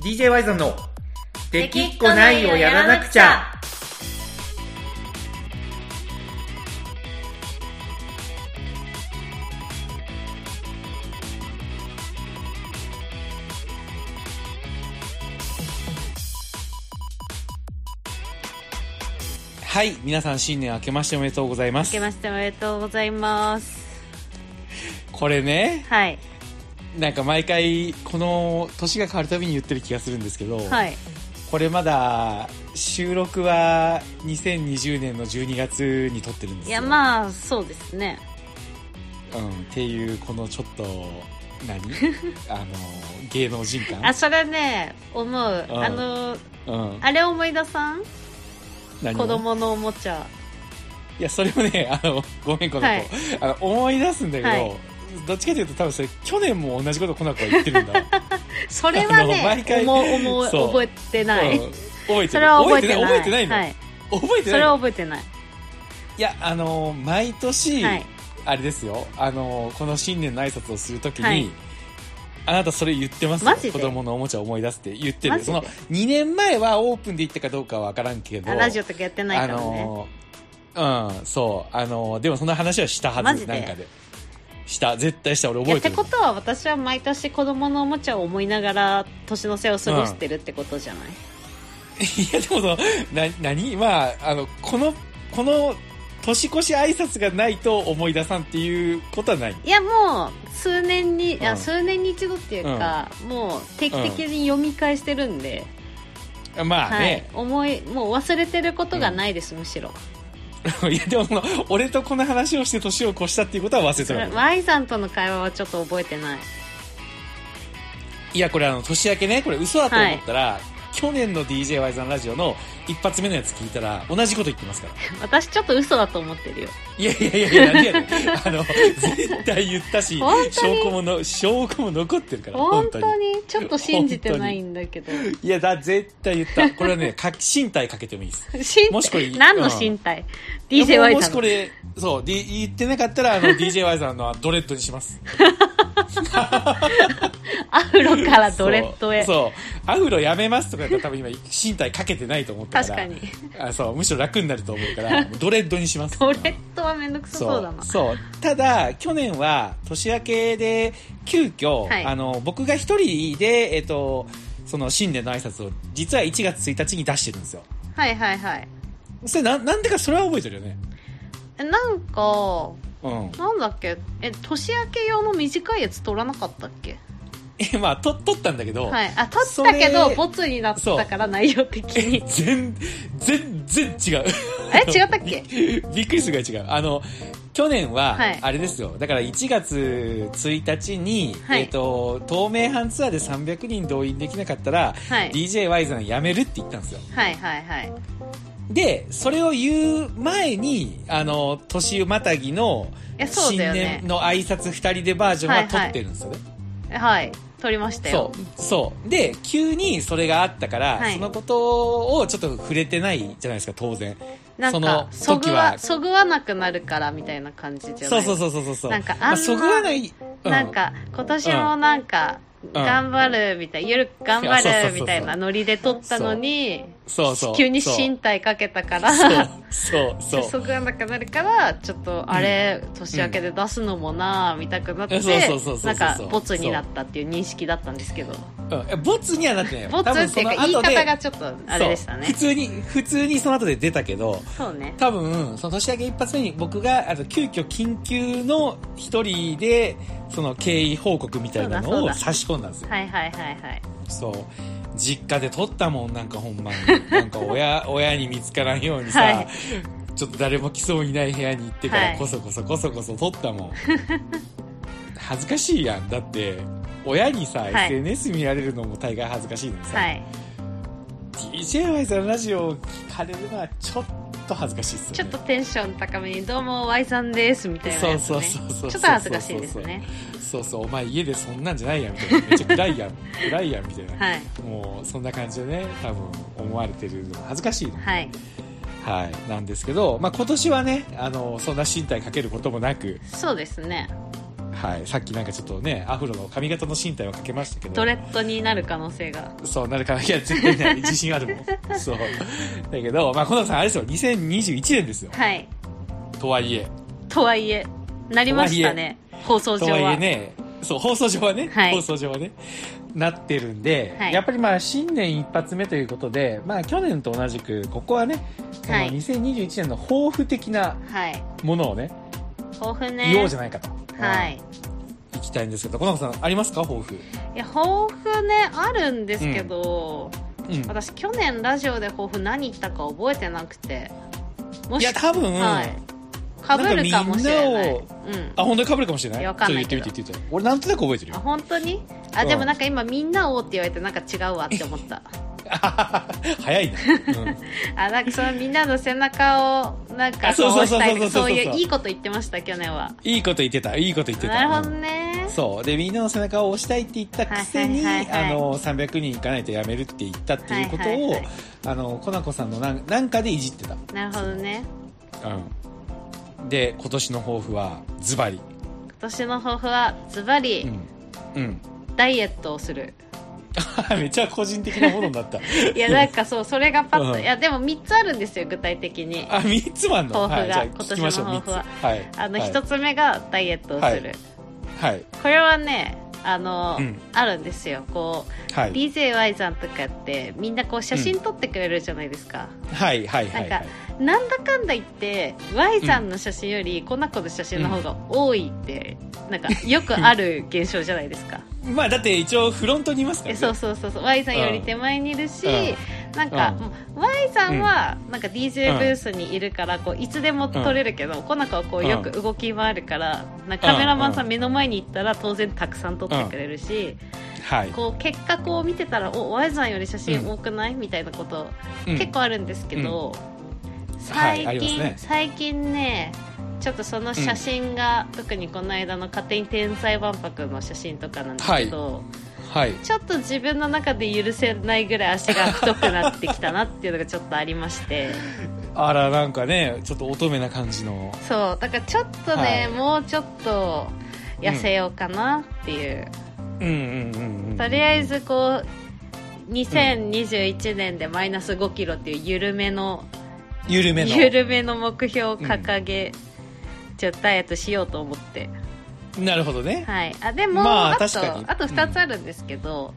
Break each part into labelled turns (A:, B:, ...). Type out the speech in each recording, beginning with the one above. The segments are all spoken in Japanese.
A: DJ ワイゾンの「できっこないをやらなくちゃ」はい皆さん新年明けましておめでとうございま
B: 明
A: す
B: けましておめでとうございます
A: これね
B: はい
A: なんか毎回この年が変わるたびに言ってる気がするんですけど、
B: はい
A: これまだ収録は2020年の12月に撮ってるんです
B: い
A: よ
B: やまあそうですね
A: うん、っていうこのちょっと 何あの芸能人
B: あ
A: 感、
B: それね思う
A: うん
B: あの
A: うん、
B: あれ思い出さん
A: 何を
B: 子供のおもちゃ
A: いやそれもねあのごめんこの子、
B: はい
A: あの思い出すんだけど、
B: はい
A: どっちかというと多分それ去年も同じことこの子は言ってるんだ、うん
B: それは
A: あの毎
B: ね
A: 回
B: 思う思う
A: そう
B: 覚えてない、
A: 覚えて
B: そ
A: る
B: れは覚えてない
A: 覚えてないの、
B: はい、
A: 覚えて
B: そ
A: ない
B: れ
A: の
B: は覚えてない
A: いやあの毎年、
B: はい
A: あれですよあのこの新年の挨拶をするときに、
B: はい
A: あなたそれ言ってますよ
B: マジで
A: 子供のおもちゃを思い出すって言って
B: マ
A: る
B: ジで
A: その2年前はオープンで言ったかどうかは分からんけど
B: あラジオとかやってないからね、
A: あのーうんそうあのーでもそんな話はしたは
B: マ
A: ず
B: ジで
A: なんかでした絶対した俺
B: いや
A: 覚
B: っ
A: えて
B: て
A: る
B: ことは私は毎年子供のおもちゃを思いながら年の瀬を過ごしてるってことじゃな い、
A: いやでもそのな何まああのこのこの年越し挨拶がないと思い出さんっていうことはない
B: いやもう数年に、いや
A: うん
B: 数年に一度っていうか、もう定期的に読み返してるんで、
A: まあ
B: はい
A: ね、
B: 思いもう忘れてることがないです、むしろ
A: いやでもその俺とこの話をして年を越したっていうことは忘れてない
B: Y さんとの会話はちょっと覚えてない
A: いやこれあの年明けねこれ嘘だと思ったら、去年の d j y さんラジオの一発目のやつ聞いたら同じこと言ってますから
B: 私ちょっと嘘だと思ってるよ
A: いやいやいやいや、なん でやねん。あの、絶対言ったし
B: 本当、に
A: 証拠もの、証拠も残ってるから、
B: 本
A: 本
B: 当
A: 当
B: に
A: に。
B: ちょっと信じてないんだけど
A: いや、だ、絶対言った。これ はね、か、身体かけてもいいです。
B: 身
A: もしこれ
B: 何の
A: うん
B: 身体、
A: いや
B: DJY
A: も
B: さ
A: し
B: ん
A: こ
B: の
A: れ、そう、D、言ってなかったら、あの、DJY さんのドレッドにします。
B: アフロからドレッドへ
A: そう。そうアフロやめますとかだったら多分今、身体かけてないと思ったか。
B: 確からに
A: あそう、むしろ楽になると思う から、もうドレッドにします。
B: ドレッドはめんどくさそうだな
A: そうただ去年は年明けで急遽、
B: はい
A: あの僕が一人でえっとその新年の挨拶を実は1月1日に出してるんですよ
B: はいはいはい
A: それななんでかそれは覚えてるよね
B: えなんか
A: うん
B: なんだっけえ年明け用の短いやつ取らなかったっけ
A: えまあと撮ったんだけど、
B: はいあ取ったけ
A: そ
B: ど
A: れ
B: ボツになったから内容的
A: え
B: に
A: 全全然違う
B: え違ったっけ
A: びっくりするぐらい違うあの去年は
B: はい
A: あれですよ、だから1月1日に、
B: はい
A: えっと東名阪ツアーで300人動員できなかったら、
B: はい
A: DJY さん辞めるって言ったんですよ
B: はいはいはい
A: で、それを言う前に、あの、年またぎの
B: いやそう
A: 新
B: だよね
A: 年の挨拶二人でバージョン
B: は
A: はい撮
B: はい
A: ってるんですよね。
B: はい取りましたよ
A: そう。そう。で、急にそれがあったから、
B: はい
A: そのことをちょっと触れてないじゃないですか、当然。
B: なんか
A: そ
B: そ
A: の時
B: ぐ
A: は
B: わそぐわなくなるからみたいな感じじゃな
A: そ
B: いう
A: そうそうそうそう。
B: なんかあんな
A: まあ、そぐわない、う
B: なん、か今年もなんか、頑張るみたいな、夜頑張
A: いやそうそうそう
B: る
A: そう
B: みたいなノリで撮ったのに、
A: そうそう。
B: 急に
A: そう
B: 身体かけたから、
A: そう、そう、そ
B: そぐわなくなるから、ちょっと、あれ、年明けで出すのもなぁ、見たくなって、
A: そうそうそうそうそう
B: なんか、ボツになったっていう認識だったんですけど、
A: う。うんえボツにはなってないよ。
B: ボツっていうか、言い方がちょっと、あ
A: そ
B: れ
A: う
B: でしたね
A: 普。通に、普通にその後で出たけど、
B: そうね。
A: 多分その年明け一発目に僕があの急遽緊急の一人でその経緯報告みたいな
B: そ
A: の
B: う
A: を
B: だそうだ
A: 差し込んだんですよ
B: はいはいはいはい。
A: そう実家で撮ったもんなんかほんまになんか親親に見つからんようにさ、
B: はい
A: ちょっと誰も来そうにない部屋に行ってから
B: はい
A: こそこそこそこそ撮ったもん恥ずかしいやんだって親にさ、
B: い
A: SNS 見られるのも大概恥ずかしいのにさ、
B: はい。
A: DJY さんのラジオを聞かれるのはちょっと恥ずかしいっすよね
B: ちょっとテンション高めに、どうも、Y さんです、みたいなやつ、
A: そ
B: ね。
A: うそうそうそう
B: ちょっと恥ずかしいですね。
A: そうそう、お前家でそんなんじゃないやんみたい な。めっちゃ暗いやん、暗いやんみたいな。
B: はい。
A: もうそんな感じでね、多分思われてるのが恥ずかしいの。
B: はい。
A: はい。なんですけど、まあ今年はね、あの、そんな身体かけることもなく、
B: そうですね。
A: はい、さっきなんかちょっとねアフロの髪型の身体をかけましたけど
B: ドレッドになる可能性が
A: そうなるからいや絶対ない自信あるもんそうだけどまあ小田さんあれですよ2021年ですよ
B: はい
A: とはいえ
B: とはいえなりましたね放送
A: と
B: 上は
A: はいえねそう放送上はね、
B: はい
A: 放送上はねなってるんで、
B: はい
A: やっぱりまあ新年一発目ということでまあ去年と同じくここはねこの
B: はい
A: 2021年の抱負的な
B: はい
A: ものをね
B: 抱負ね
A: 言おうじゃないかと、
B: はいい
A: 行きたいんですけど小田さんありますか抱負、
B: いや抱負ねあるんですけど、
A: うん、
B: 私去年ラジオで抱負何言ったか覚えてなくても
A: いや多分、
B: はいかぶるかもしれない
A: なんか
B: うん
A: あ本当に被るかもしれない
B: いやわかんない
A: ち
B: け
A: ょっ
B: ど
A: と言ってみて言ってみて俺なんとなく覚えてる
B: あ
A: よ
B: 本当に
A: う
B: あ
A: ん
B: でもなんか今みんなをって言われてなんか違うわって思った
A: 早いな、うん
B: あなんかそのみんなの背中をなんか
A: あそうそうそうそう
B: 押したいとか
A: そうそうそう
B: そういういいこと言ってました去年はい
A: いこと言ってたいいこと言ってた
B: なるほどね
A: うんそうでみんなの背中を押したいって言ったくせに、
B: はいはいはいはい
A: あの300人いかないとやめるって言ったっていうことを、
B: はいはいはい
A: あのコナコさんのなんなんかでいじってた、
B: なるほどね
A: うん、で今年の抱負はズバリ
B: 今年の抱負はズバ
A: う
B: リ
A: ん、うん、
B: ダイエットをする、
A: めっちゃ個人的なものにな った
B: いやなんかそうそれがパッと、
A: うん
B: いやでも3つあるんですよ具体的に
A: あ三3つもあんの
B: 抱負が
A: はい、じゃあ聞きましょう
B: 今
A: 3
B: 年
A: つ
B: の抱
A: はい
B: あの
A: はい
B: 1つ目がダイエットをする、
A: はいはい
B: これはねあの、
A: うん
B: あるんですよこう
A: はい
B: DJY さんとかってみんなこう写真撮ってくれるじゃないですか、
A: はいはいはい
B: な
A: はい
B: んかなんだかんだ言って Y さんの写真よりこんな子の写真の方が多いって、なんかよくある現象じゃないですか
A: まあだって一応フロントにいますから
B: え
A: ね
B: そうそうそうそう Y さんより手前にいるし、
A: う
B: なんか、
A: うん
B: もう Y さんはなんか DJ ブースにいるからこういつでも撮れるけど、この子はこうよく動き回るからなんかカメラマンさ
A: うん
B: 目の前に行ったら当然たくさん撮ってくれるし、
A: はい
B: こう結果こう見てたらお Y さんより写真多くない、みたいなこと
A: うん
B: 結構あるんですけど、
A: はい
B: 最
A: あります
B: 近、
A: ね
B: 最近ねちょっとその写真が、特にこの間の「勝手に天才万博」の写真とかなんですけど、
A: はい
B: ちょっと自分の中で許せないぐらい足が太くなってきたなっていうのがちょっとありまして
A: あらなんかねちょっと乙女な感じの
B: そうだからちょっとね、
A: はい
B: もうちょっと痩せようかなっていう、
A: うんうんうんうん
B: とりあえずこう2021年でマイナス5キロっていう緩めの
A: 緩めの
B: 緩めの目標を掲げ、じゃあダイエットしようと思って
A: なるほどね
B: はいあでも、
A: まあ
B: あ、と
A: 確かに
B: あと2つあるんですけど、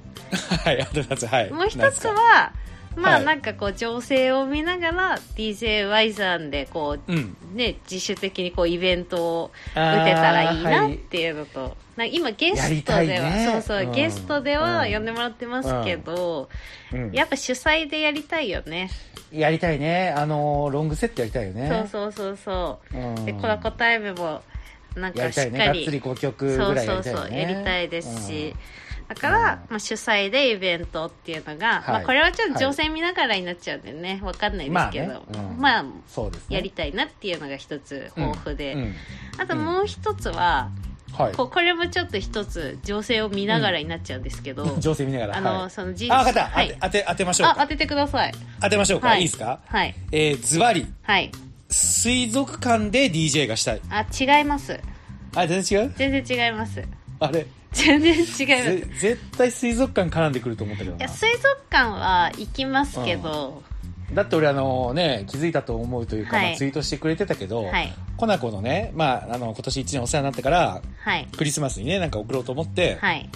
A: はいあと2つはい
B: もう
A: な
B: 1
A: んす
B: つ
A: か
B: はまあ、
A: はい
B: なんかこう情勢を見ながら DJ ワイザーでこう、
A: うん
B: ね、自主的にこうイベントを
A: あ
B: 打
A: ー
B: てたらいいな
A: は
B: っていうのと、なんか今ゲ
A: やり
B: スト
A: たい
B: では、
A: ね
B: そうそう、
A: うん
B: ゲストでは
A: うん
B: 呼んでもらってますけど、
A: うん
B: やっぱ主催でやりたいよね、
A: やりたいねあのーロングセットやりたいよね
B: そうそうそうそう、
A: うん
B: でコラコタイムもなん
A: や
B: か
A: り
B: した
A: い
B: っ
A: ねが
B: か
A: っ
B: り
A: つり5曲
B: そ
A: ぐ
B: う
A: らいや
B: そ
A: り
B: う
A: たい
B: そ
A: よ
B: う
A: ね
B: やりたいですし、だから、まあ、主催でイベントっていうのが、ま
A: は
B: あ、
A: い
B: これはちょっと情勢見ながらになっちゃうんでねわかんないですけど、
A: まあねうん
B: まあ
A: うんそうですね
B: やりたいなっていうのが一つ豊富で、
A: うん
B: あともう一つは、
A: はい
B: こうこれもちょっと一つ情勢を見ながらになっちゃうんですけ ど、
A: 情勢見ながら
B: あの、
A: はい
B: その人
A: あわかった
B: はい、
A: 当て当て当てましょう
B: あ当
A: か
B: ててください
A: 当てましょうか
B: は
A: い
B: い
A: いですか
B: はい
A: えーズバリ
B: はい
A: 水族館で DJ がしたい
B: あ違います
A: あ全然違う
B: 全然違います
A: あれ
B: 全然違います
A: ぜ絶対水族館絡んでくると思ったけど
B: いや
A: な
B: 水族館は行きますけど、
A: だって俺あのね気づいたと思うというか、
B: はい
A: まあ、ツイートしてくれてたけど、
B: はい
A: コナコのね、まあ、あの今年1年お世話になってから
B: はい
A: クリスマスにねなんか送ろうと思って、
B: はい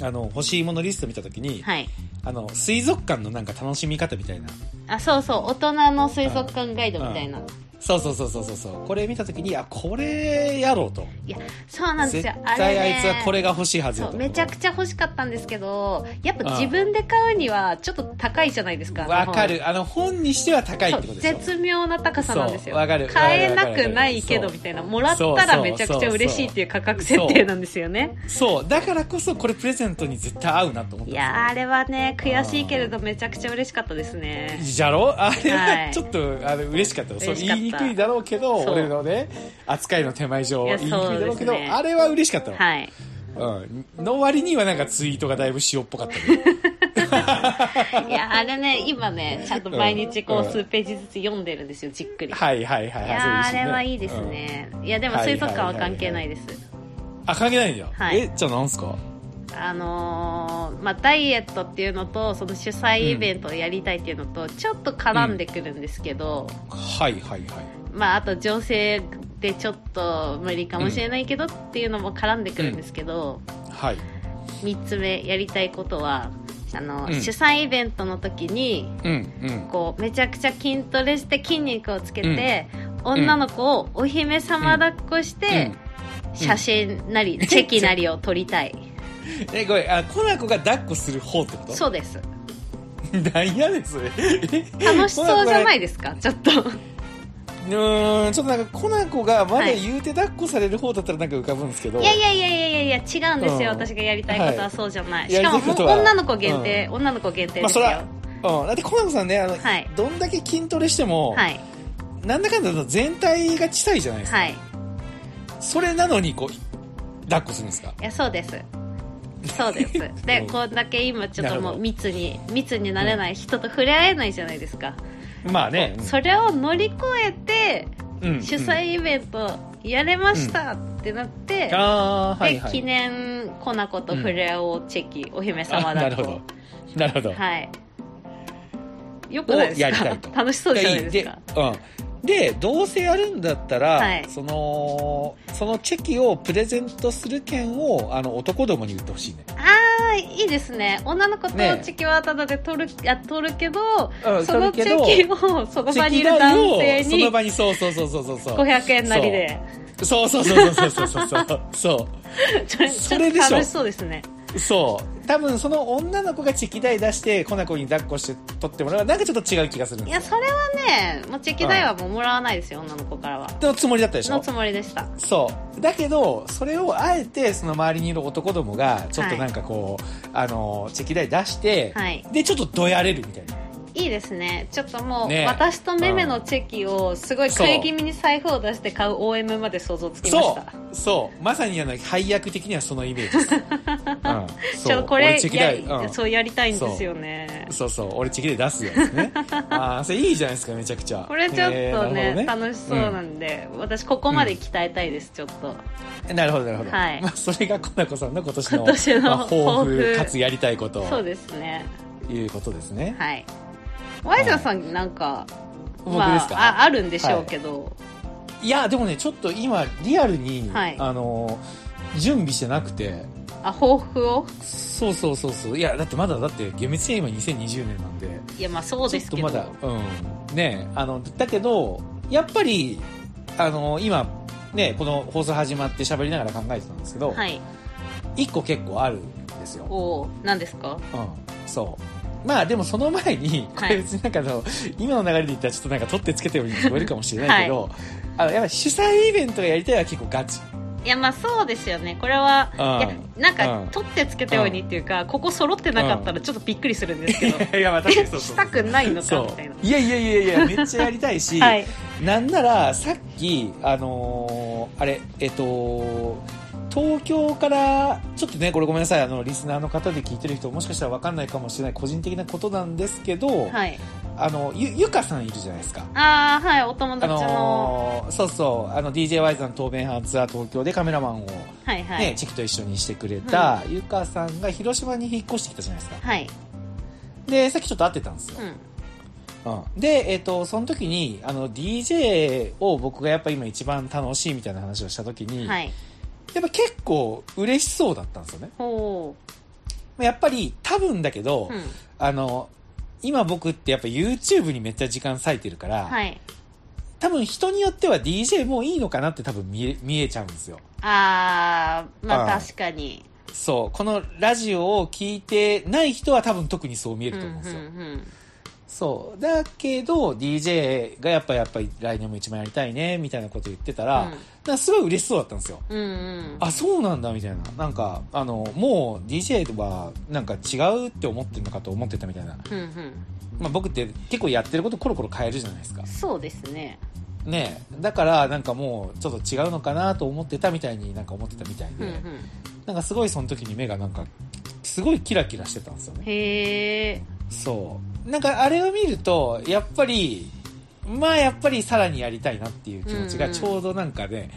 A: あの欲しいものリスト見た時に、
B: はい
A: あの水族館のなんか楽しみ方みたいな
B: あそうそう大人の水族館ガイドみたいな、
A: うんそうそうそうそうそうそうこれ見た時にあこれやろうと
B: いやそうなんです
A: 絶
B: よあれ、
A: 対
B: ね、
A: あいつはこれが欲しいはず
B: そ
A: よ
B: う
A: と
B: めちゃくちゃ欲しかったんですけどやっぱ自分で買うにはちょっと高いじゃないですか
A: わかるあの本にしては高いって
B: そう
A: ことですよ
B: 絶妙な高さなんですよ
A: そうわかる
B: 買えなくないけ
A: わ
B: ど
A: かるわかる
B: みたいなもらったらめちゃくちゃ嬉しいっていう価格設定なんですよね
A: そうだからこそこれプレゼントに絶対合うなと思っ
B: い
A: た
B: やーあれはね悔しいけれどめちゃくちゃ嬉しかったですね
A: じゃろあれ
B: は
A: はいちょっと、あれ嬉しかったよそう
B: 嬉しか
A: 言
B: った
A: いにくいだろうけど
B: そう
A: 俺のね扱いの手前上
B: いや
A: 言いにくいだろうけど
B: そうですね
A: あれは嬉しかったわ、
B: はい
A: うん、の割にはなんかツイートがだいぶ塩っぽかった けど
B: いやあれね今ねちゃんと毎日
A: う
B: こうん数ページずつ読んでるんですよじっくり
A: はいはいはい
B: い
A: い
B: やーあ
A: そう
B: れはいいですね、いやでも水族館は関係ないです、
A: うんあ、関係ないんだ。
B: はい
A: え、じゃあなんすか
B: あのーまあ、ダイエットっていうのとその主催イベントをやりたいっていうのとちょっと絡んでくるんですけど、
A: はいはいはい。
B: まあ、あと情勢でちょっと無理かもしれないけどっていうのも絡んでくるんですけど、
A: はい。
B: 三3つ目やりたいことはあの、
A: うん
B: 主催イベントの時に
A: うんうん。
B: こうめちゃくちゃ筋トレして筋肉をつけて、女の子をお姫様抱っこして、写真なり、チェキなりを撮りた い
A: うん、え、ごめん、あ、コナコが抱っこする方ってこと
B: そうです
A: う。 なんやねん、それ。
B: 楽しそうじゃないいですかちょっと
A: うーん、ちょっとなんか、コナコがまだ言うて抱っこされる方だったらなんか浮かぶんですけど。
B: いやいやいやいやいや違うんですよ、
A: うん
B: 私がやりたいことはそうじゃない、
A: はい
B: しかも
A: やりたいことは
B: 女の子限定、女の子限
A: ま
B: 定で
A: あ、
B: す
A: そ
B: よ、
A: ら、うん。だってコナコさんね、あの、
B: はい
A: どんだけ筋トレしても、
B: はい
A: なんだかんだと全体が小さいじゃないですか。
B: はい
A: それなのに、こう、抱っこするんですか
B: いやそうですそうです
A: う
B: で
A: ん
B: こんだけ今ちょっと
A: なる
B: も
A: ほ
B: う
A: ど
B: 密に密になれない、人と触れ合えないじゃないですか、
A: まあね。
B: それを乗り越えて
A: うん
B: 主
A: うん
B: 催イベントやれましたってなって、
A: ああ、はい
B: で
A: はい。
B: 記念コナコとフレアをチェキ、お姫
A: あ
B: 様
A: な
B: だ
A: る
B: と
A: ほど。なるほど。
B: はいよくない
A: をや
B: で
A: り
B: す
A: た
B: か
A: いと
B: 楽しそうじゃないですか
A: でうん。で、どうせやるんだったら、
B: はい
A: その、そのチェキをプレゼントする券を、あの、男どもに売ってほしいね。
B: あいいですね女の子とチ
A: ね
B: ェキはただで取る,、あ取るけど
A: うん
B: そのチェキをその場にい
A: チ
B: る
A: ェキ代
B: 男
A: を
B: 性
A: その
B: に
A: 場に、そうそうそうそうそうそう。
B: 500円なりで
A: そうそうそうそうそうそうそう。そう。
B: ちょ
A: それで
B: ち
A: し
B: ょっ
A: ょ
B: と楽しそうですね
A: そう。多分その女の子がチェキ代出して、コナコに抱っこして取ってもらう。なんかちょっと違う気がするん
B: い
A: です
B: や
A: よ。
B: それはねもうチェキ代はもうもらわないですよ、女の子からは
A: のつもりだったでしょ
B: のつもりでした
A: そう。だけど、それをあえて、その周りにいる男どもが、ちょっとなんかこう、あの、チェキ代出して、
B: はい
A: で、ちょっとどやれるみたいな。
B: いいですねちょっともう、
A: ね
B: 私とめめのチェキをすごい食い気味に財布を出して買う OM まで想像つきまし
A: そ
B: た
A: う。そう。まさにあの、配役的にはそのイメージ です。うん。
B: ちょこれ
A: 俺チェキ
B: や
A: 代、
B: り
A: うん。
B: そうやりたいんですよね
A: そうそう。俺チェキ代出すよです ね。ああ、それいいじゃないですか、めちゃくちゃ。
B: これちょっと
A: えーなるほど
B: ね,、楽しそうなんで、私ここまで鍛えたいです、ちょっと
A: うんなるほど、なるほど。
B: はい
A: まあ、それがコナコさんの今年の、
B: 今年の
A: まあ抱
B: 抱負
A: 負、かつやりたいこと、
B: そうですね
A: いうことですね。
B: はいワイザーさんなんか、
A: 僕
B: ま
A: ですか
B: あああるんでしょうけど、
A: いや、でもね、ちょっと今、リアルに、
B: はい
A: あの、準備してなくて、
B: あ抱負を
A: そうそうそうそう。いや、だってまだ、だって、厳密には今2020年なんで、
B: いやまあそうですけ
A: ち
B: ど
A: ょっとまだ、うん。ねあの、だけど、やっぱり、あの、今、ね、この放送始まって喋りながら考えてたんですけど、
B: はい
A: 一個結構あるんですよ。
B: おお何ですか
A: うん。そう。まあでもその前に、こ
B: は
A: れ
B: い
A: 別になんかあの、今の流れで言ったらちょっとなんか取ってつけてるように聞こえるかもしれないけど、あの、やっぱ主催イベントがやりたいは結構ガチ。
B: いやまあそうですよねこれは、
A: うん
B: いやなん
A: う
B: か
A: ん
B: 取ってつけたようにっていうか、ここ揃ってなかったらちょっとびっくりするんですけど、
A: いや、まあ確か にそうそうそう
B: したくないの
A: そ
B: か
A: う
B: みたいな。
A: いやいやいやいや、めっちゃやりたい し、
B: はい
A: なんならさっき、あのーあれ、えっと、東京から、ちょっとね、これごめんなさい、あの、リスナーの方で聞いてる人、もしかしたらわかんないかもしれない、個人的なことなんですけど、
B: はい
A: あの、ゆ、ゆかさんいるじゃないですか。
B: ああはいお友
A: あ
B: 達の、
A: のーそうそう、あの、DJY さん当面ツアー東京でカメラマンをね、
B: はいはい、
A: チェキと一緒にしてくれた、ゆかさんが広島に引っ越してきたじゃないですか。
B: はい
A: で、さっきちょっと会ってたんですよ
B: う。ん
A: うん、で、えっ、と、その時に、あの、DJ を僕がやっぱ今一番楽しいみたいな話をした時に、
B: はい。
A: やっぱ結構嬉しそうだったんですよね。
B: ほ
A: やっぱり多分だけど、
B: う。うん。
A: あの、今僕ってやっぱ YouTube にめっちゃ時間割いてるから、
B: はい。
A: 多分人によっては DJ もういいのかなって多分見え、見えちゃうんですよ。
B: あー、まあ
A: うん
B: 確かに。
A: そう。このラジオを聞いてない人は多分特にそう見え
B: う
A: る
B: んう
A: と思うん
B: ん
A: ですよ。
B: うん。
A: そう。だけど、DJ がやっぱやっぱり来年も一番やりたいね、みたいなこと言ってたら、
B: うん
A: なんかすごい嬉しそうだったんですよ。
B: うんうん。
A: あ、そうなんだ、みたいな。なんか、あの、もう DJ はなんか違うって思ってるのかと思ってたみたいな。
B: うんうん。
A: まあ僕って結構やってることコロコロ変えるじゃないですか。
B: そうですね。
A: ねえだからなんかもうちょっと違うのかなと思ってたみたいになんか思ってたみたい
B: うん
A: で、
B: うん。
A: なんかすごいその時に目がなんか、すごいキラキラしてたんですよね。
B: へえ。
A: そう。なんかあれを見ると、やっぱり、まあやっぱりさらにやりたいなっていう気持ち
B: うん
A: が
B: うん
A: ちょうどなんかね、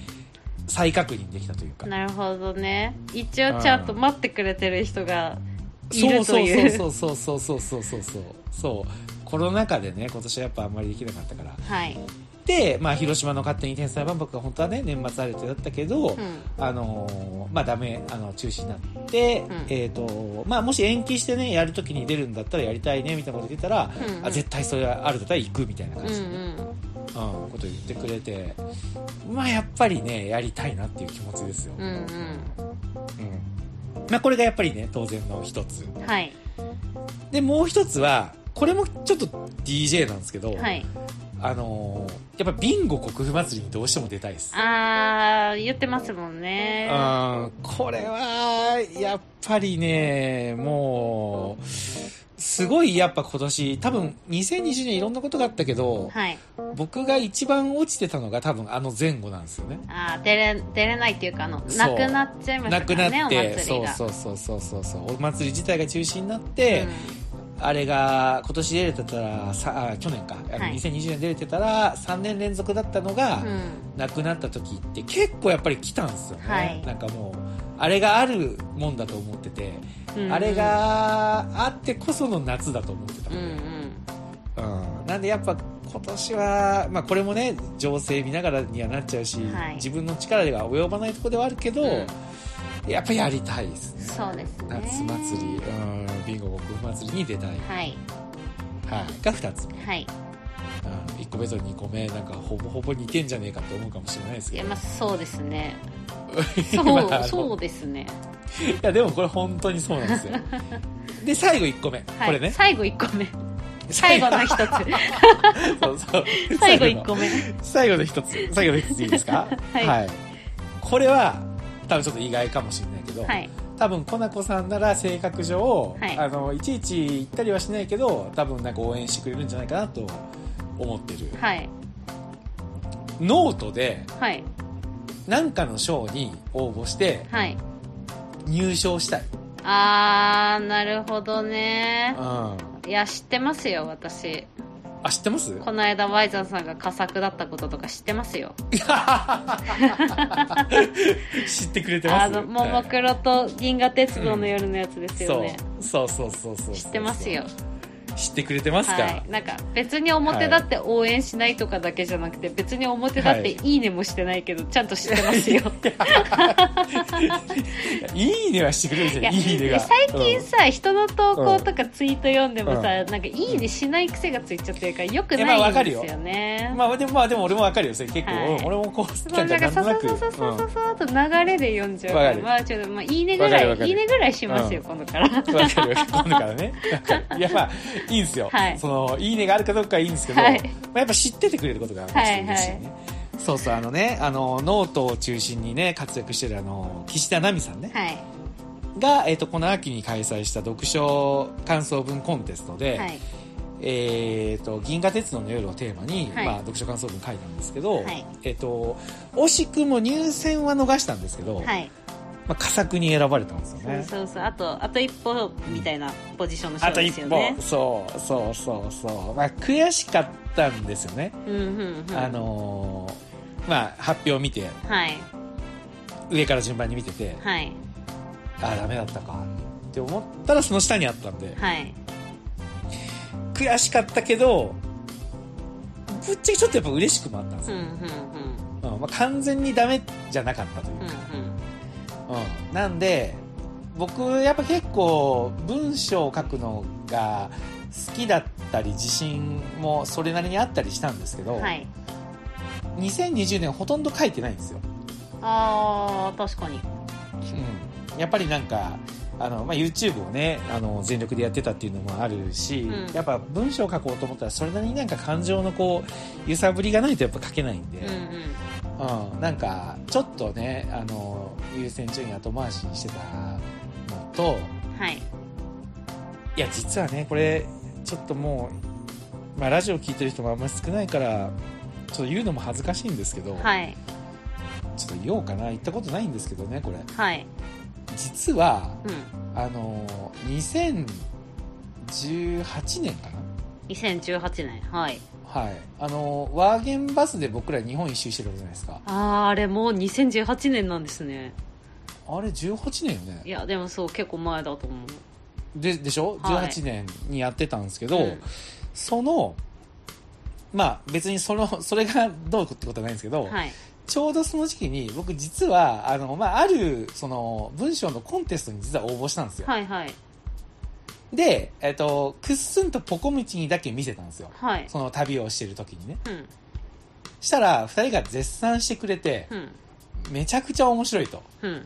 A: 再確認できたというか
B: なるほどね一応ちゃんと待ってくれてる人がい
A: そう
B: ると
A: そう
B: いう
A: そうそうそうそうそうそうそうそうコロナ禍でね今年はやっぱあんまりできなかったから
B: はい、
A: で、まあ、広島の勝手に天才万博が本当はね年末ある予定だったけど、
B: うん、
A: あのーまあダメあの中止になって、
B: ん
A: えっ、とまあもし延期してねやるときに出るんだったらやりたいねみたいなこと言ってたら、
B: うんうん
A: あ絶対それはあるだったら行くみたいな感
B: うん
A: じで、うんこと言ってくれてまあやっぱりねやりたいなっていう気持ちですよ、
B: うんうん
A: うんまあ、これがやっぱりね当然の一つ
B: うんはい
A: でもう一つはこれもちょっと DJ なんですけど、
B: はい
A: あのーやっぱビンゴ国府祭りにどうしても出たいです
B: あー言ってますもんね
A: うんこれはやっぱりねもうすごいやっぱ今年多分2020年いろんなことがあったけど
B: はい
A: 僕が一番落ちてたのが多分あの前後なんですよね
B: あー出れ出れないっていうかあのな
A: そう
B: くなっちゃいまし
A: な
B: たか
A: くな
B: ら
A: っ
B: ねお
A: て、
B: 祭り
A: そう
B: が
A: そううそうそうそうそうお祭り自体が中止になって、あれが今年出れてたらさあ去年かあの
B: はい
A: 2020年出れてたら3年連続だったのが、
B: ん、うん
A: 亡くなった時って結構やっぱり来たんですよね、
B: はい
A: なんかもうあれがあるもんだと思ってて、
B: うんうん
A: あれがあってこその夏だと思ってた
B: う
A: の
B: んう
A: で、
B: ん
A: うんなんでやっぱ今年は、まあ、これもね情勢見ながらにはなっちゃうし、
B: はい
A: 自分の力では及ばないところではあるけど、
B: う
A: やっぱやりたいですね
B: そうですね
A: 夏祭り、うん、ビンゴ国祭りに出たい、
B: はい
A: はい、が2つ目、うん、
B: はい
A: 1個目と2個目なんかほぼほぼ似てんじゃねえかって思うかもしれないです
B: い
A: け
B: や
A: ど
B: まあそうです ね
A: まああ
B: そう
A: の
B: そうですね
A: いやでもこれ本当にそうなん ですよで最後1個目、
B: はい
A: これね
B: 最後1個目最後の一つ
A: そうそう
B: 最後1個目
A: 最後の一つ最後の一ついいですか
B: はい
A: これは多分ちょっと意外かもしれないけど、
B: はい
A: 多分コナコさんなら性格上、
B: はい
A: あのいちいち行ったりはしないけど多分なんか応援してくれるんじゃないかなと思ってる、
B: はい
A: ノートで
B: はい
A: 何かの賞に応募して
B: はい
A: 入賞したい、
B: あーなるほど
A: う
B: ね
A: ん、あ
B: いや知ってますよ私
A: 知ってます
B: この間ワイザンさんが佳作だったこととか知ってますよ
A: 知ってくれてます
B: あのももクロと銀河鉄道の夜のやつですよ
A: そう
B: ね、
A: そうそうそうそう
B: 知ってますよ
A: 知ってくれてますか、
B: はいなんか別に表だって応援しないとかだけじゃなくて、別に表だっていいねもしてないけどちゃんと知ってますよ
A: いいねはしてくれるじゃん いいねが
B: 最
A: う
B: 近
A: ん
B: さ、人の投稿とかツイート読んでもさ、
A: うん
B: なんかいいねしない癖がついちゃってるからよく
A: いやまあ
B: ない
A: わ
B: ん
A: か
B: で
A: る
B: す
A: よ
B: よね
A: まあでもまあでも俺もわかるよそれ結構、
B: はい
A: うん俺もこう
B: そうなんか
A: と
B: そう
A: く
B: そうそうそうそううそうと流れで読んじゃうか
A: わからる
B: まあちょっとまあいいねぐ
A: わからるわか
B: い
A: る
B: いいねぐらいしますよ、
A: う
B: 今度から
A: んわかるわかる今度からねわかるいやまあいいんですよ、
B: はい
A: そのいいねがあるかどうかはいいんですけど、
B: はい
A: まあ、やっぱ知っててくれることが嬉しいね、そうそうあのねあのノートを中心にね活躍してるあの岸田奈美さんね、
B: はい
A: が、えっとこの秋に開催した読書感想文コンテストで、
B: はい
A: えー、と銀河鉄道の夜をテーマに、
B: はい
A: まあ、読書感想文書いたんですけど、
B: はい
A: えー、と惜しくも入選は逃したんですけど、
B: はい
A: まあ、佳作に選ばれたんですよ
B: そう
A: ね。
B: そうそうあとあと一歩みたいなポジションの人
A: あと
B: で
A: 一
B: すよ
A: 歩、
B: ね
A: そうそうそうそう、まあ、悔しかったんですよね、
B: うんうんうん
A: あのーまあ、発表を見て
B: はい
A: 上から順番に見てて
B: はい
A: ああダメだったかって思ったらその下にあったんで
B: はい
A: 悔しかったけどぶっちゃけちょっとやっぱ嬉しくもあったんです
B: うん
A: よ、
B: うんうん
A: うんまあ、完全にダメじゃなかったというか
B: う、ん
A: うん、なんで僕やっぱ結構文章を書くのが好きだったり自信もそれなりにあったりしたんですけど、
B: うんはい
A: 2020年ほとんど書いてないんですよ、
B: あー確かに
A: うん、やっぱりなんかあの、まあ、YouTube をねあの全力でやってたっていうのもあるし、
B: うん
A: やっぱ文章を書こうと思ったらそれなりになんか感情のこう揺さぶりがないとやっぱ書けないんで、
B: うんうん
A: うん、なんかちょっとねあの優先順位後回しにしてたのと
B: はい
A: いや実はねこれちょっともう、まあ、ラジオ聞いてる人もあんまり少ないからちょっと言うのも恥ずかしいんですけど、
B: はい
A: ちょっと言おうかな言ったことないんですけどねこれ
B: はい
A: 実は
B: うん
A: あの2018年かな
B: 2018年はい
A: はい。あの、ワーゲンバスで僕ら日本一周してたじゃないですか。
B: あーあれもう2018年なんですね
A: あれ18年よね
B: い。やでもそう結構前だと思う
A: で、でしょ
B: はい
A: ?18 年にやってたんですけど、
B: うん
A: その、まあ別にその、 それがどうってことはないんですけど、
B: はい
A: ちょうどその時期に僕実は、あの、まあある、その、文章のコンテストに実は応募したんですよ。
B: はいはい
A: で、えっと、くっすんとポコムチにだけ見せたんですよ。
B: はい
A: その旅をしてる時にね。
B: うん
A: したら、二人が絶賛してくれて、
B: うん
A: めちゃくちゃ面白いと。
B: うん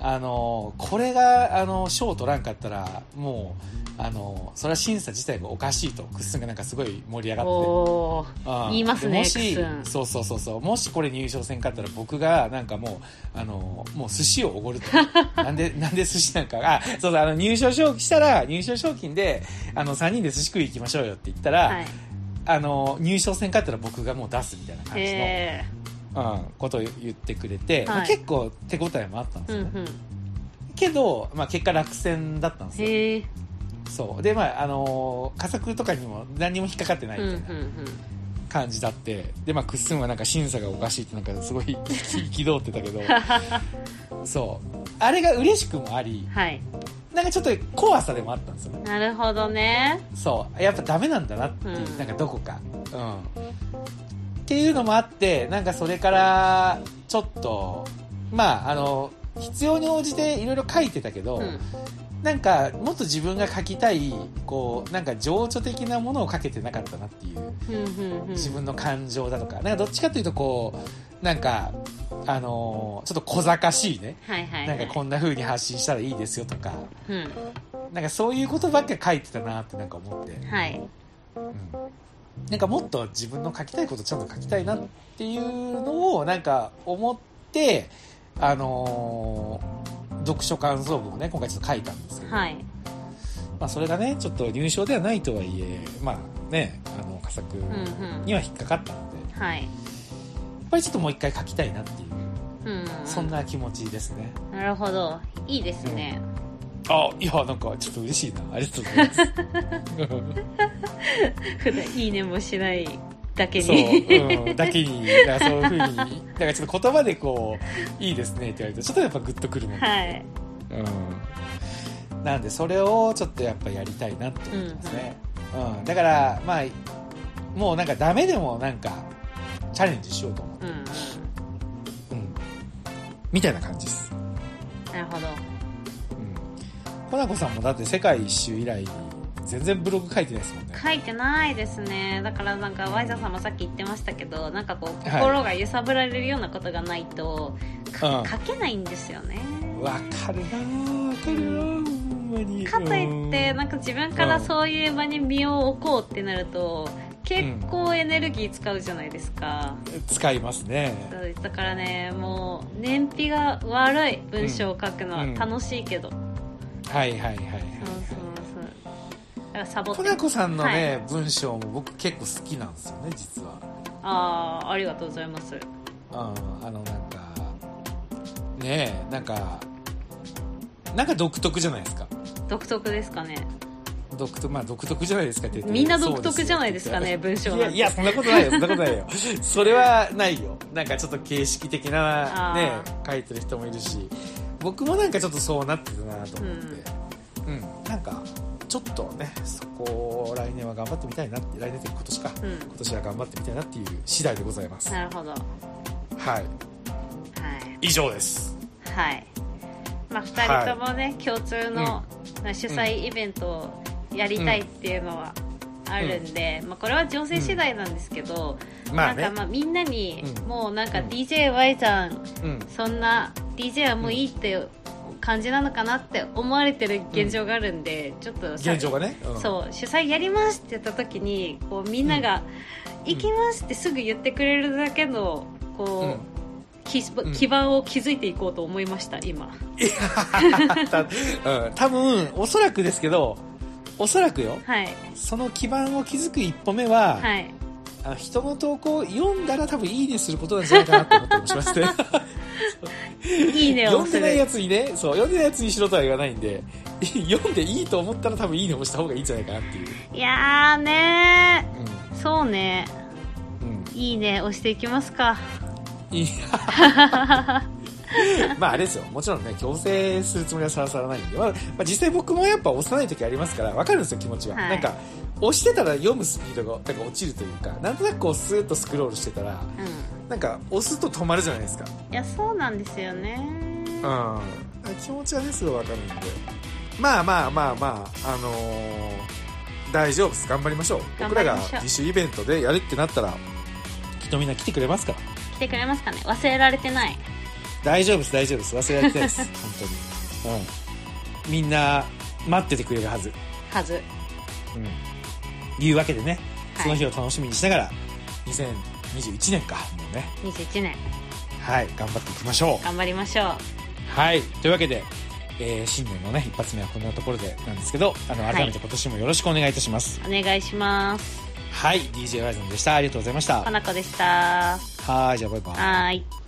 A: あの、これが、あの、賞取らんかったら、もう、あの、それは審査自体がおかしいと、くっすんがなんかすごい盛り上がって。
B: おー
A: うん
B: 言いますね
A: でもし
B: くっすん
A: そうそうそうそうもしこれ入賞せんかったら僕がなんかもうあのもう寿司をおごると なんでなんで寿司なんかがそうそうあの入賞賞金したら入賞賞金であの3人で寿司食い行きましょうよって言ったら、
B: はい
A: あの入賞せんかったら僕がもう出すみたいな感じの、
B: へ
A: うん、ことを言ってくれて、
B: い
A: まあ結構手応えもあったんで
B: えう
A: す
B: ん
A: よ、ね
B: うん
A: けど、まあ、結果落選だったんですよ
B: へえ
A: そうでまああのー、佳作とかにも何にも引っかかってない
B: うんうん
A: み
B: う
A: たいなん感じだって、でまあクッスンはなんか審査がおかしいってなんかすごい 憤ってたけど そうあれが嬉しくもあり
B: はい
A: なんかちょっと怖さでもあったんですよね
B: なるほどね
A: そうやっぱダメなんだなっていう、
B: うん
A: なんかどこかうんっていうのもあってなんかそれからちょっとまああの必要に応じていろいろ書いてたけど、
B: うん
A: なんかもっと自分が書きたいこうなんか情緒的なものを書けてなかったなっていう
B: うんうんうん
A: 自分の感情だとかなんかどっちかというとこうなんかあのーちょっと小賢しいね
B: はいはい
A: な
B: は
A: ん
B: い
A: かこんな風に発信したらいいですよとか
B: うん
A: なんかそういうことばっか書いてたなってなんか思って、
B: はい
A: うん、なんかもっと自分の書きたいことちゃんと書きたいなっていうのをなんか思ってあのー読書感想文をね今回ちょっと書いたんですけど、
B: はい
A: まあ、それがねちょっと入賞ではないとはいえまあねあの佳作
B: うんうん
A: には引っかかったので、や
B: はい
A: っぱりちょっともう一回書きたいなっていう、
B: うん
A: そんな気持ちですね
B: なるほどいいですね
A: あいやなんかちょっと嬉しいなありがとうございます
B: 普段 いいねもしないだけ
A: そ
B: に
A: う、うん、だけになんかそういうふうになんかちょっと言葉でこう「いいですね」って言われるとちょっとやっぱグッとくるもん、
B: はい
A: うん、なんでそれをちょっとやっぱやりたいなって思ってますね、うん、だからまあもうなんかダメでもなんかチャレンジしようと思って
B: うんうん
A: うん、みたいな感じです、
B: なるほど
A: うん、コナコさんもだって世界一周以来全然ブログ書いてないですもんね
B: 書いてないですねだからなんかワイザーさんもさっき言ってましたけどなんかこう
A: はい
B: 心が揺さぶられるようなことがないと、か
A: うん
B: 書けないんですよね
A: わかるなぁわかるなぁほんまに
B: かといってなんか自分からそういう場に身を置こうってなると結構エネルギー使うじゃないですか、
A: うん使いますね
B: そうだからねもう燃費が悪い文章を書くのは楽しいけど、
A: はいはいはいはいはい
B: そうそうそうだからサボって
A: コナコさんのね、文章も僕結構好きなんですよね実は
B: ああありがとうございます
A: うんあのなんかねえなんかなんか独特じゃないですか
B: 独特ですかね
A: 独特まあ独特じゃないですかって言って
B: みんな独特じゃないですかね文章
A: い
B: な
A: や
B: んて
A: いやそんなこと ないよそんなことないよそれはないよなんかちょっと形式的なね
B: あ
A: 書いてる人もいるし僕もなんかちょっとそうなってたなと思ってうん、なんかちょっとねそこを来年は頑張ってみたいなって来年って今年か、
B: うん
A: 今年は頑張ってみたいなっていう次第でございます
B: なるほどは
A: はい以上です
B: いはいまあ2人ともね、共通のまあ主催イベントをやりたいっていうのはあるんで、まあ、これは情勢次第なんですけど、
A: まあね
B: なんかまあみんなに、
A: うん
B: もうなんか
A: うん
B: DJY さん
A: うん
B: そんな DJ はもういいって感じなのかなって思われてる現状があるんで、ちょっとさ
A: 現状がね、うん
B: そう主催やりますって言った時にこうみんなが「行きます」ってすぐ言ってくれるだけの
A: う
B: こ
A: ん
B: う、基
A: ん
B: 基盤を築いていこうと思いました今
A: たうん、多分おそらくですけどおそらくよ
B: はい
A: その基盤を築く一歩目は、
B: はい
A: あの人の投稿を読んだら多分いいねすることなん じゃないかなと思ってもしまして
B: いいねを
A: 読ん
B: す
A: でない
B: る
A: やつにねそう読んでないやつにしろとは言わないんで 読んでいいと思ったら多分いいねをした方がいいんじゃないかなっていう、
B: いやーね
A: う
B: ーそうねいいね押していきますか
A: いや まああれですよもちろんね強制するつもりはさらさらないんで、まあまあ実際僕もやっぱ幼い時ありますから分かるんですよ気持ちは、
B: はい
A: なんか押してたら読むスピードがなんか落ちるというかなんとなくこうスーッとスクロールしてたら
B: うん
A: なんか押すと止まるじゃないですか
B: いやそうなんですよね
A: うん気持ちはねすぐ分かるんでまあまあまあまああのー大丈夫です頑張りましょう僕
B: 頑張
A: ら
B: り
A: が
B: ましょう
A: 自主イベントでやるってなったらきっとみんな来てくれますから
B: 来てくれますかね忘れられてない
A: 大丈夫です大丈夫です忘れられてないです 本当に、うん、みんな待っててくれるはず、
B: はず
A: うん、いうわけでね
B: はい
A: その日を楽しみにしながら、2021年かもうね
B: 21年
A: はい頑張っていきましょう
B: 頑張りましょう
A: はいというわけで、えー新年のね一発目はこんなところでなんですけどあの
B: はい
A: 改めて今年もよろしくお願いいたします
B: お願いします
A: はい、DJ ワイズンでしたありがとうございました
B: 花子でした
A: はいじゃあバイバイ
B: はーい